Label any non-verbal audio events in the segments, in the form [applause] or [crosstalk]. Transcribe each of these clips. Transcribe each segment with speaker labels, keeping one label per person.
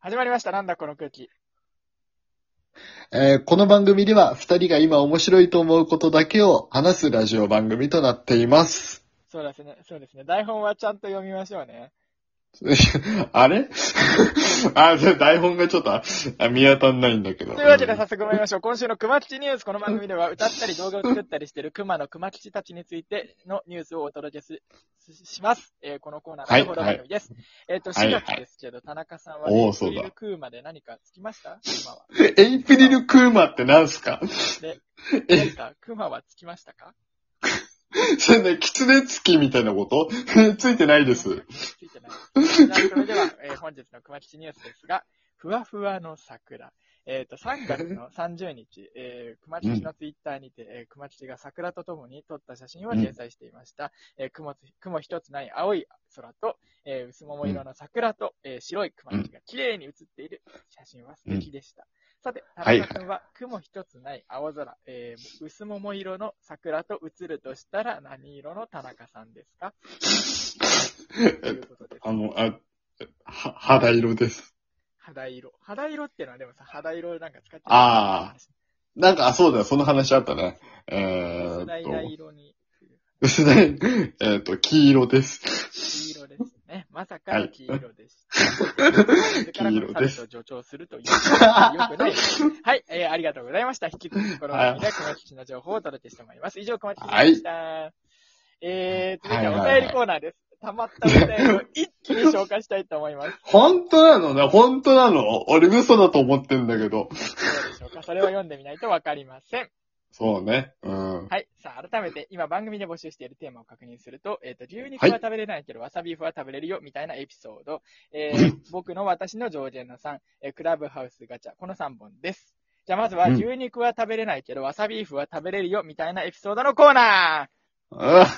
Speaker 1: 始まりました。なんだこの空気。
Speaker 2: えーこの番組では二人が今面白いと思うことだけを話すラジオ番組となっています。 [laughs]
Speaker 1: そうですね。そうですね。台本はちゃんと読みましょうね。
Speaker 2: あれ [laughs] あ、じゃあ台本がちょっとあ見当たんないんだけど。
Speaker 1: というわけで早速参りましょう。今週の熊吉ニュース。この番組では歌ったり動画を作ったりしている熊の熊吉たちについてのニュースをお届けすしします。えーこのコーナー
Speaker 2: はい
Speaker 1: のフォロー番組です。えっ、と、
Speaker 2: はい
Speaker 1: 4
Speaker 2: はい
Speaker 1: 月ですけど、田中さんは、
Speaker 2: おー
Speaker 1: エイプリ
Speaker 2: そう
Speaker 1: ル
Speaker 2: だ
Speaker 1: クーマで何かつきました熊は。
Speaker 2: エイプリルクーマってなんすか [laughs]
Speaker 1: で、何
Speaker 2: え、
Speaker 1: か熊はつきましたか
Speaker 2: それね、キツネつきみたいなこと [laughs] ついてないです。。
Speaker 1: ついてない。じゃあそれでは、えー本日の熊吉ニュースですが、ふわふわの桜。えっ、と、3月
Speaker 2: [laughs]
Speaker 1: の30日、えー、熊吉のツイッターにて、えー、熊吉が桜とともに撮った写真を掲載していました。えー雲つ雲一つない青い空と、えー薄桃色の桜と、えー白い熊吉が綺麗に写っている写真は素敵でした。さて、田
Speaker 2: はい
Speaker 1: 中君は雲一つない青空、えー薄桃色の桜と写るとしたら何色の田中さんですかということです
Speaker 2: あの、あ、は、肌色です。
Speaker 1: 肌色。肌色ってのはでもさ、肌色なんか使っちゃう。
Speaker 2: あなんか、あ、そうだよ、その話あったね。えー
Speaker 1: 薄
Speaker 2: っ
Speaker 1: 橙
Speaker 2: と、
Speaker 1: 色に、
Speaker 2: 薄だい、えーっと、黄色です。
Speaker 1: 黄色ですね。まさかの黄色です。
Speaker 2: 黄色です
Speaker 1: この差別を助長するという。よくない。はい、えーありがとうございました。引き続きこの番組で熊吉の情報をお届けしてまいります。以上、熊吉でした。えー、続いてはお便りコーナーです。たまったお便りを一気に消化したいと思います。
Speaker 2: 本当なのね、本当なの俺嘘だと思ってんだけど。
Speaker 1: どうでしょうかそれを読んでみないとわかりません。
Speaker 2: そうね。うん。
Speaker 1: はい。さあ、改めて、今番組で募集しているテーマを確認すると、えっ、と、牛肉は食べれないけど、わさビーフは食べれるよ、みたいなエピソード。えー僕の私の上限の3、えークラブハウスガチャ、この3本です。じゃあ、まずは、
Speaker 2: うん
Speaker 1: 牛肉は食べれないけど、わさビーフは食べれるよ、みたいなエピソードのコーナ
Speaker 2: あ [laughs]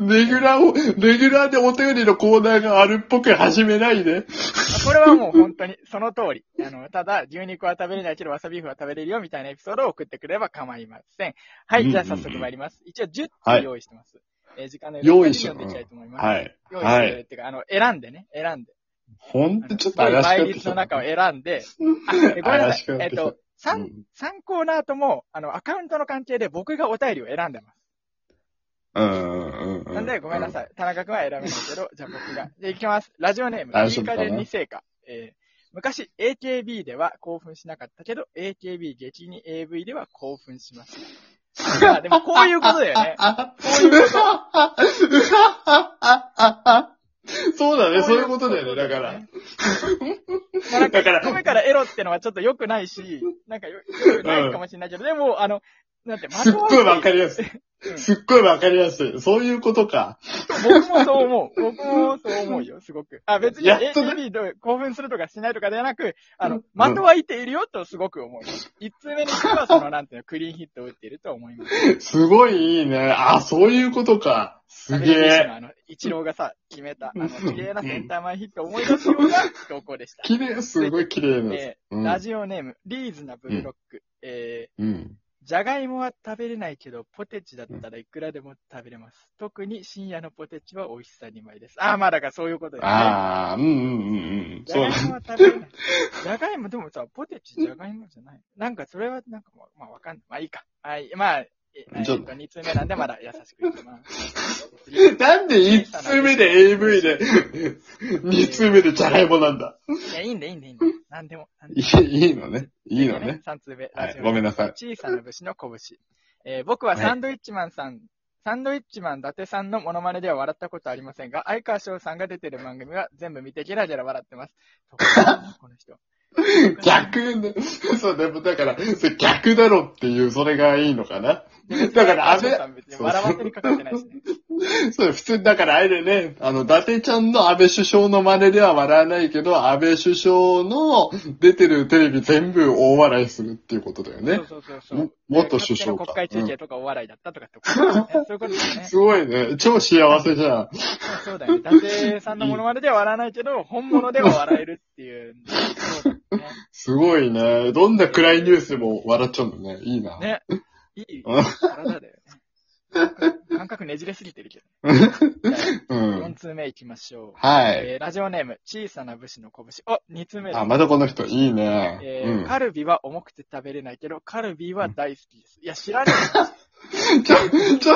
Speaker 2: レギュラーを、レギュラーでお便りのコーナーがあるっぽく始めないで。
Speaker 1: ーこれはもう本当に、その通
Speaker 2: [laughs]
Speaker 1: り。あの、ただ、牛肉は食べれないけど、わさビーフは食べれるよ、みたいなエピソードを送ってくれば構いません。は
Speaker 2: うん
Speaker 1: い。
Speaker 2: うん
Speaker 1: じ
Speaker 2: う
Speaker 1: ゃ
Speaker 2: ん
Speaker 1: あ、早速参ります。一応、10
Speaker 2: は
Speaker 1: 通
Speaker 2: い
Speaker 1: 用意してます。えー時間の
Speaker 2: 用意し
Speaker 1: 読んでいきたいと思います。
Speaker 2: はい。
Speaker 1: 用意して
Speaker 2: は
Speaker 1: るっていうか、あの、選んでね、選んで。
Speaker 2: ほんとちょっと怪し
Speaker 1: 倍
Speaker 2: かった
Speaker 1: 率の中を選んで、あ、えごめんな
Speaker 2: 怪
Speaker 1: さ
Speaker 2: し
Speaker 1: い
Speaker 2: く。な
Speaker 1: え
Speaker 2: っ
Speaker 1: って
Speaker 2: きた
Speaker 1: と、
Speaker 2: う
Speaker 1: 3、
Speaker 2: ん
Speaker 1: 三コーナーとも、あの、アカウントの関係で僕がお便りを選んでます。
Speaker 2: うんうんうん。
Speaker 1: なんで、ごめんなさ
Speaker 2: い。
Speaker 1: い。田中君は選べないけど、じゃあ僕が。で、いきます。ラジオネーム、
Speaker 2: 大
Speaker 1: い
Speaker 2: 丈
Speaker 1: い
Speaker 2: 夫か
Speaker 1: 加
Speaker 2: な
Speaker 1: 減に成果。えー昔 AKB では興奮しなかったけど、AKB 激に AV では興奮しました。まあでもこういうことだよね。
Speaker 2: あ、
Speaker 1: こういうこと
Speaker 2: そうだね、そういうことだよね、だか
Speaker 1: こ
Speaker 2: ら。
Speaker 1: まあなんか、
Speaker 2: だから
Speaker 1: 1個目からエロってのはちょっと良くないし、なんかよ良くないかもしれないけど、でも、あの、なんて、ま
Speaker 2: すっごいわか
Speaker 1: る。
Speaker 2: りやす
Speaker 1: うん
Speaker 2: い。すっごいわかりやすい。そういうことか。
Speaker 1: 僕もそう思う。僕もそう思うよ、すごく。あ、別に
Speaker 2: やっとね
Speaker 1: AKB で興奮するとかしないとかではなく、あ
Speaker 2: う
Speaker 1: の
Speaker 2: ん、
Speaker 1: 的はいているよとすごく思う。一通目にしてはその、なんていうの、クリーンヒットを打っていると思います。
Speaker 2: すごいいいね。あ、そういうことか。すげ
Speaker 1: WBC
Speaker 2: え
Speaker 1: の。あの、一郎がさ、決めた、あの、綺麗なセンター前ヒットを思い出すような投稿でした。
Speaker 2: 綺麗、すごい綺麗なやつ。
Speaker 1: え
Speaker 2: う
Speaker 1: ー、
Speaker 2: ん
Speaker 1: ラジオネーム、リーズナブルロック。えー、
Speaker 2: うん。
Speaker 1: じゃがいもは食べれないけど、ポテチだったらいくらでも食べれます。特に深夜のポテチは美味しさにまいです。ああ、まあだからそういうことですね。
Speaker 2: ああ、うんうんうんうん。
Speaker 1: じゃ
Speaker 2: そ
Speaker 1: が
Speaker 2: う
Speaker 1: いもは食べれない。じゃがいも、でもさ、ポテチじゃがいもじゃない。なんかそれはなんかまあ、まあわかんない。まあいいか。はい。まあ、ええっ
Speaker 2: ち
Speaker 1: と、
Speaker 2: ょっと
Speaker 1: 2通目なんでまだ優しくいきます。
Speaker 2: [laughs] なんで一通目で AV で、二通目でジャガイモなんだ。
Speaker 1: いや、いいんでいいんでいいんで。なんでも。なんで
Speaker 2: い
Speaker 1: も
Speaker 2: いいいのね。いいのね。。
Speaker 1: 3通目。
Speaker 2: はい、ごめんなさい。
Speaker 1: 小さな武士の拳。えー僕はサンドイッチマンさん、サンドイッチマン伊達さんのモノマネでは笑ったことありませんが、相川翔さんが出てる番組は全部見てゲラゲラ笑ってます。特徴だなこの
Speaker 2: [laughs]
Speaker 1: 人。
Speaker 2: 逆ね。そう、で [laughs] もだから、それ逆だろっていう、それがいいのかな。だから
Speaker 1: 安倍さん別に笑わせにかかってないしね。
Speaker 2: [laughs] そう、普通、だからあれでね、あの、伊達ちゃんの安倍首相の真似では笑わないけど、安倍首相の出てるテレビ全部大笑いするっていうことだよね
Speaker 1: そう。そうそうそ
Speaker 2: も
Speaker 1: う。
Speaker 2: 元首相か。
Speaker 1: 勝手な国会中継とかお笑いだったとかってことだよね、
Speaker 2: [laughs]
Speaker 1: そういうことです
Speaker 2: うん
Speaker 1: ね。
Speaker 2: すごいね。超幸せじゃん。
Speaker 1: そうだよね。伊達さんのモノマネでは笑わないけど、本物では笑えるっていう。そうだよね。
Speaker 2: すごいね。どんな暗いニュースでも笑っちゃうのね。いいな。
Speaker 1: ね。いい
Speaker 2: うん
Speaker 1: 体だよね。感覚ねじれすぎてるけど。
Speaker 2: う
Speaker 1: 4
Speaker 2: ん。
Speaker 1: 通目いきましょう。
Speaker 2: はい。
Speaker 1: えーラジオネーム、小さな武士の拳。お、2通目です
Speaker 2: あ、またこの人、いいね。
Speaker 1: えーカルビは重くて食べれないけど、カルビは大好きです。いや、知らね
Speaker 2: うん。 [laughs] ちょ、ち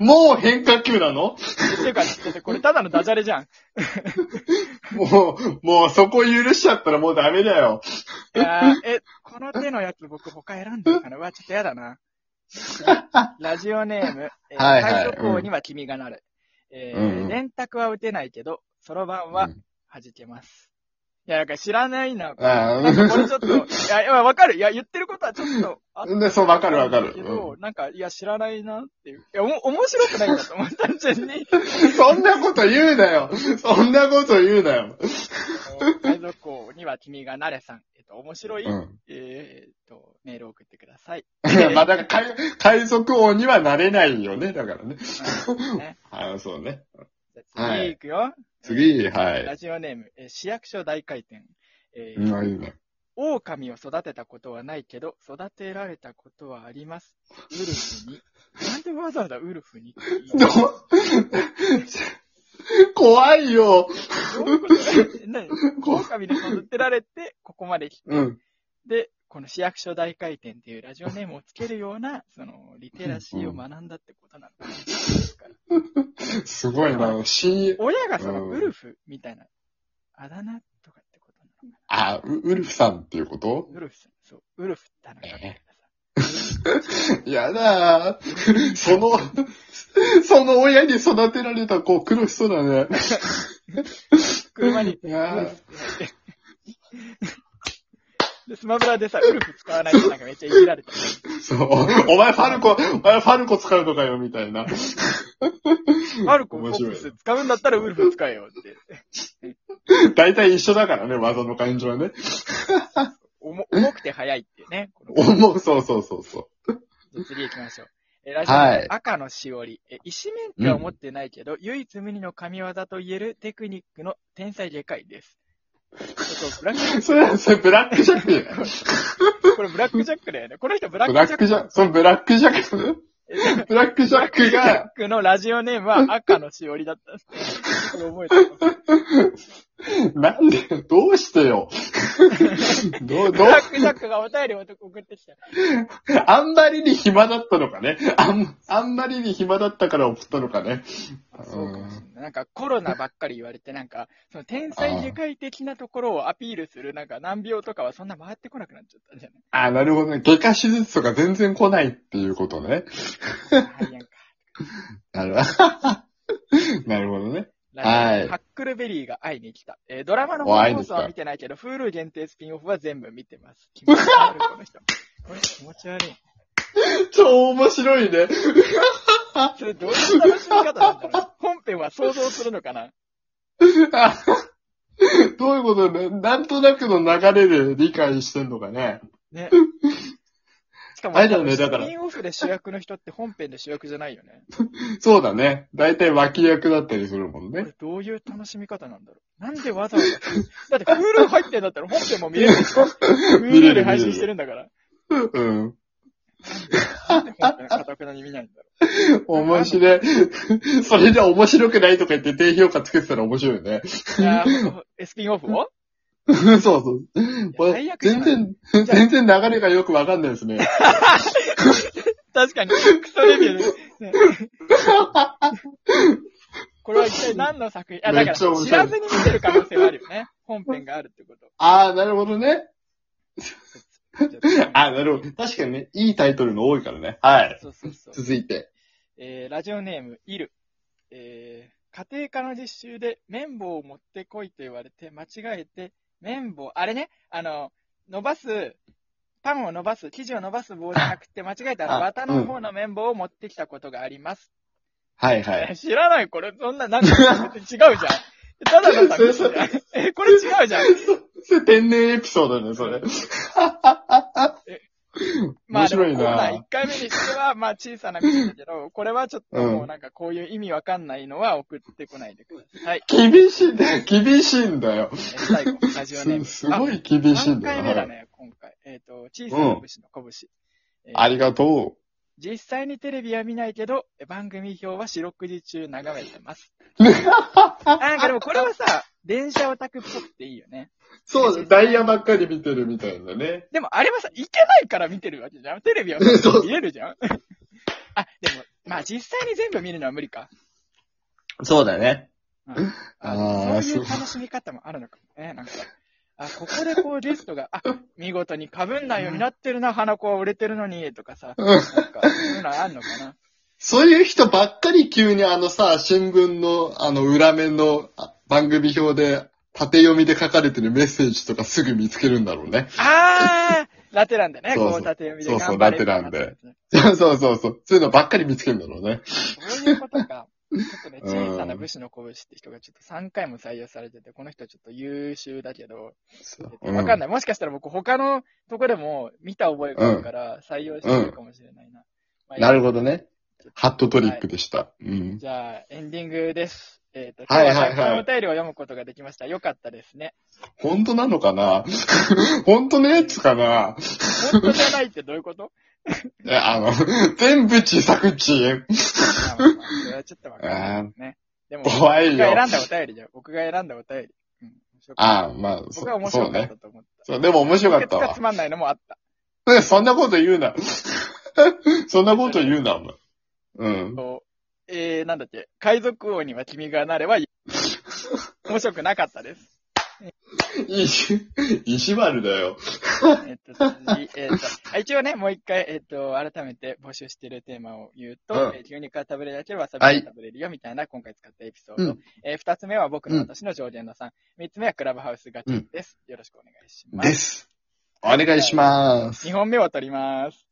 Speaker 2: ょ、もう変化球なの
Speaker 1: え。っていうか、だってこれただのダジャレじゃん。い
Speaker 2: もう、もうそこ許しちゃったらもうダメだよ。
Speaker 1: やーえ、この手のやつ僕他選んでるかなうわ、ちょっとやだ
Speaker 2: [laughs]
Speaker 1: な。ラジオネーム、えー
Speaker 2: はいはい
Speaker 1: 太陽光には君がなる。えー
Speaker 2: うんうん
Speaker 1: 電卓は打てないけど、そろばん
Speaker 2: う
Speaker 1: は
Speaker 2: ん
Speaker 1: 弾けます。いや、なんか知らないな。
Speaker 2: あ
Speaker 1: なんかこれちょっと、いやいや、わかる。いや、言ってることはちょっとあっ
Speaker 2: うんで、そう、わかるわか [laughs] る。
Speaker 1: け
Speaker 2: う
Speaker 1: ど、なんか、いや、知らないなっていう。いや、おも、面白くないんだと思う。単純
Speaker 2: [laughs]
Speaker 1: に。
Speaker 2: んそんなこと言うなよ。そんなこと言うなよ。
Speaker 1: 海賊王には君がなれさん。えっと、面白い、
Speaker 2: うん。
Speaker 1: えーっと、メールを送ってください。
Speaker 2: [laughs] まあ、だから海、海賊王にはなれないよね、だからね。
Speaker 1: うんね、
Speaker 2: あそうね。
Speaker 1: じゃあ次いくよ。
Speaker 2: 次、は
Speaker 1: ラ
Speaker 2: い。
Speaker 1: ジオネーム、えー市役所大回転。えー
Speaker 2: うん、あいいね。
Speaker 1: 狼を育てたことはないけど、育てられたことはあります。ウルフ [laughs] に。なんでわざわざウルフにって言う
Speaker 2: ど
Speaker 1: の
Speaker 2: う [laughs] 怖いよ。
Speaker 1: どういうこと何狼に育てられて、ここまで来て、
Speaker 2: うん。
Speaker 1: で、この市役所大回転っていうラジオネームをつけるような、その、リテラシーを学んだってことなのかな。
Speaker 2: すごいな。し、
Speaker 1: 親がその、
Speaker 2: うん
Speaker 1: ウルフみたいな、あだ名とかってことなのか
Speaker 2: あ、ウウルフさんっていうこと
Speaker 1: な。ウルフさん、そう、ウルフだな。
Speaker 2: え
Speaker 1: さ
Speaker 2: やだー。その、その親に育てられた子、苦労しそうだね。
Speaker 1: 車に、
Speaker 2: い
Speaker 1: ウルフ
Speaker 2: や
Speaker 1: って [laughs] で、スマブラでさ、ウルフ使わないとなんかめっちゃいじられてる。
Speaker 2: ー、そう。お前ファルコ、お前ファルコ使うのかよ、みたいな。
Speaker 1: マルコ、フォ
Speaker 2: 面白い
Speaker 1: ックス使うんだったらウルフ使えよって。
Speaker 2: 大体一緒だからね、技の感じはね。
Speaker 1: 重重くて速いっていうね。この
Speaker 2: 思う、そうそうそうそう。
Speaker 1: じゃあ次行きましょう。えーラジオ、
Speaker 2: はい
Speaker 1: 赤のしおり。えー、石面っては持ってないけど、唯一無二の神業と言えるテクニックの天才外科医です。ちょっとブラック
Speaker 2: それ、それブラックジャックだよ。
Speaker 1: これブラックジャックだよね。この人ブラッ
Speaker 2: ブ
Speaker 1: クジャ
Speaker 2: ラ
Speaker 1: ック。
Speaker 2: ックジャック、そのブラックジャック、
Speaker 1: え
Speaker 2: ブラックジャック
Speaker 1: ブラッ
Speaker 2: が、
Speaker 1: クのラジオネームは赤のしおりだった。これ覚えてます
Speaker 2: なんで、どうしてよ。 [laughs] どう、
Speaker 1: ブ
Speaker 2: どう、
Speaker 1: ラックジャックがお便りを送ってきた。
Speaker 2: あんまりに暇だったのかね。あん、あんまりに暇だったから送ったのかね。
Speaker 1: あそうかもしれない。なんかコロナばっかり言われて、なん
Speaker 2: [laughs]
Speaker 1: か、その天才外科医的なところをアピールする、なんか難病とかはそんな回ってこなくなっちゃったんじゃない
Speaker 2: あ、なるほどね。外科手術とか全然来ないっていうことね。
Speaker 1: 肺炎か
Speaker 2: なるほど。 [laughs] なるほどね。
Speaker 1: ラジ
Speaker 2: は
Speaker 1: オ
Speaker 2: い
Speaker 1: ハックルベリーが会いに来た。えードラマの
Speaker 2: お会
Speaker 1: 本
Speaker 2: い
Speaker 1: 放送
Speaker 2: に来た
Speaker 1: は見てないけど、Hulu 限定スピンオフは全部見てます。気持ち悪い、この人。この人気持ち悪い。
Speaker 2: 超面白いね。
Speaker 1: それどういう楽しみ方なんだろう本編は想像するのか
Speaker 2: [laughs]
Speaker 1: な
Speaker 2: あ [laughs] どういうことね。なんとなくの流れで理解してんのかね。
Speaker 1: ね。しかも、
Speaker 2: [laughs] あれだよね
Speaker 1: 多分
Speaker 2: だから
Speaker 1: スピンオフで主役の人って本編で主役じゃないよね。
Speaker 2: そうだね。だいたい脇役だったりするも
Speaker 1: こ
Speaker 2: んね。
Speaker 1: れどういう楽しみ方なんだろうなんでわざわざ。だって Hulu 入ってんだったら本編も見れるんですよ。
Speaker 2: 見れ
Speaker 1: Hulu
Speaker 2: る
Speaker 1: で配信してるんだから。
Speaker 2: うん。
Speaker 1: なんで本編かたくなに見ないんだろう
Speaker 2: 面白い。 [laughs] それで面白くないとか言って低評価つけてたら面白いよね。 [laughs]
Speaker 1: いやーえスピンオフを
Speaker 2: そうそう。こ
Speaker 1: 最
Speaker 2: れ
Speaker 1: 悪じゃな
Speaker 2: 全
Speaker 1: い
Speaker 2: 然、全然流れがよくわかんないですね。
Speaker 1: 確かに、クソレビューです。ねこれは一体何の作品あ、だ
Speaker 2: め
Speaker 1: か
Speaker 2: っ
Speaker 1: ら、
Speaker 2: ちゃ面白い
Speaker 1: 知らずに見てる可能性はあるよね。本編があるってこと。
Speaker 2: ああ、なるほどね。
Speaker 1: じゃあ
Speaker 2: あーなるほど。確かにね、いいタイトルの多いからね。はい。
Speaker 1: そうそうそう。
Speaker 2: 続いて。
Speaker 1: えー、ラジオネーム、いる。えー、家庭科の実習で綿棒を持ってこいと言われて、間違えて、綿棒、あれね、あの、伸ばす、パンを伸ばす、生地を伸ばす棒じゃなく
Speaker 2: [laughs]
Speaker 1: て、間違えたら
Speaker 2: あ
Speaker 1: 綿の方の綿棒を持ってきたことがあります。 [laughs]
Speaker 2: はいはい。
Speaker 1: 知らない、これ、そんな、なんか、違うじ
Speaker 2: [laughs]
Speaker 1: ゃん。ただの作品じゃん。え、これ違うじゃん。
Speaker 2: それ [laughs] 天然エピソードだね、それ。
Speaker 1: まあ、でも
Speaker 2: 面白
Speaker 1: コ
Speaker 2: い
Speaker 1: ー
Speaker 2: な
Speaker 1: ナー1回目にしては、まあ、小さなことだけど、これはちょっと、もうなんか、こういう意味わかんないのは送ってこないでください。
Speaker 2: 厳しい、厳しいんだよ。
Speaker 1: え最後、ラジオネーム。
Speaker 2: す [laughs] すごい厳しいん
Speaker 1: 3
Speaker 2: だ
Speaker 1: 回
Speaker 2: よ。
Speaker 1: 目だ
Speaker 2: はい
Speaker 1: ね、今回。えっ、と、小さな武士の拳。えー
Speaker 2: ありがと
Speaker 1: 実際にテレビは見ないけど、番組表は四六時中眺めて
Speaker 2: [laughs]
Speaker 1: ます。なんかでもこれはさ、電車オタクっぽくていいよね。
Speaker 2: そう、ダイヤばっかり見てるみたいなね。
Speaker 1: でもあれはさ、行けないから見てるわけじゃん。テレビは
Speaker 2: [laughs] そう
Speaker 1: 見れるじゃん。あ、でも、まあ実際に全部見るのは無理か。
Speaker 2: そうだね。
Speaker 1: うん
Speaker 2: [laughs] あー
Speaker 1: そういう
Speaker 2: そう
Speaker 1: 楽しみ方もあるのかもね、なんか。あ、ここでこうゲストが、あ、見事に被んないようになってるな、花子は売れてるのに、とかさ、なんか、そういうのあんのかな。
Speaker 2: そういう人ばっかり急にあのさ、新聞のあの裏面のあ番組表で縦読みで書かれてるメッセージとかすぐ見つけるんだろうね。 [laughs]
Speaker 1: あーラテランでね、
Speaker 2: そうそう
Speaker 1: こう縦読みで
Speaker 2: そ
Speaker 1: 頑
Speaker 2: うそう
Speaker 1: 張れる
Speaker 2: ラテランそうそうそうそう。そういうのばっかり見つけるんだろうね。
Speaker 1: そういうことか。ちょっとね、
Speaker 2: [laughs] うん
Speaker 1: 小さな武士の拳って人がちょっと3回も採用されてて、この人はちょっと優秀だけど、
Speaker 2: そう
Speaker 1: わかん
Speaker 2: ない。
Speaker 1: ない。もしかしたら僕他のとこでも見た覚えがあるから採用してるかもしれないな。まあ
Speaker 2: なるほどね。ハットトリックでした。うん。
Speaker 1: じゃあ、エンディングです。えっ、と、今
Speaker 2: はい
Speaker 1: 日
Speaker 2: は
Speaker 1: はい
Speaker 2: はい
Speaker 1: たくさんお便りを読むことができました。よかったですね。
Speaker 2: 本当なのかな [laughs] 本当のやつかな
Speaker 1: 本当じゃないってどういうこと
Speaker 2: え、あの、全部自作自演。
Speaker 1: まあまあまあそれはちょっとわかんないですね。でも、僕
Speaker 2: 怖いよ。
Speaker 1: が選んだお便りじゃん。僕が選んだお便り。うん。面白かった
Speaker 2: ああ、まあ、
Speaker 1: 僕は面
Speaker 2: そ
Speaker 1: 白
Speaker 2: う
Speaker 1: かっ
Speaker 2: ね
Speaker 1: た。と思った。
Speaker 2: そう、でも面白かった
Speaker 1: いくつ
Speaker 2: わ
Speaker 1: つ。まんないのもあった。
Speaker 2: ねそんなこと言うな。 [laughs] そんなこと言うな、お前。うん。
Speaker 1: とえー、なんだっけ。海賊王には君がなればいい。面白くなかったです。
Speaker 2: 石、石丸だよ。
Speaker 1: えっと、次えっとあ、一応ね、もう一回、えっと、改めて募集してるテーマを言うと、
Speaker 2: うん
Speaker 1: えー牛肉は食べれなければサビ
Speaker 2: はい
Speaker 1: が食べれるよ、みたいな、今回使ったエピソード。
Speaker 2: うん
Speaker 1: えー二つ目は僕の
Speaker 2: うん
Speaker 1: 私の上限の3。三、つ目はクラブハウスガチャです。よろしくお願いしま。
Speaker 2: ですす。お願いします。
Speaker 1: 二本目を取ります。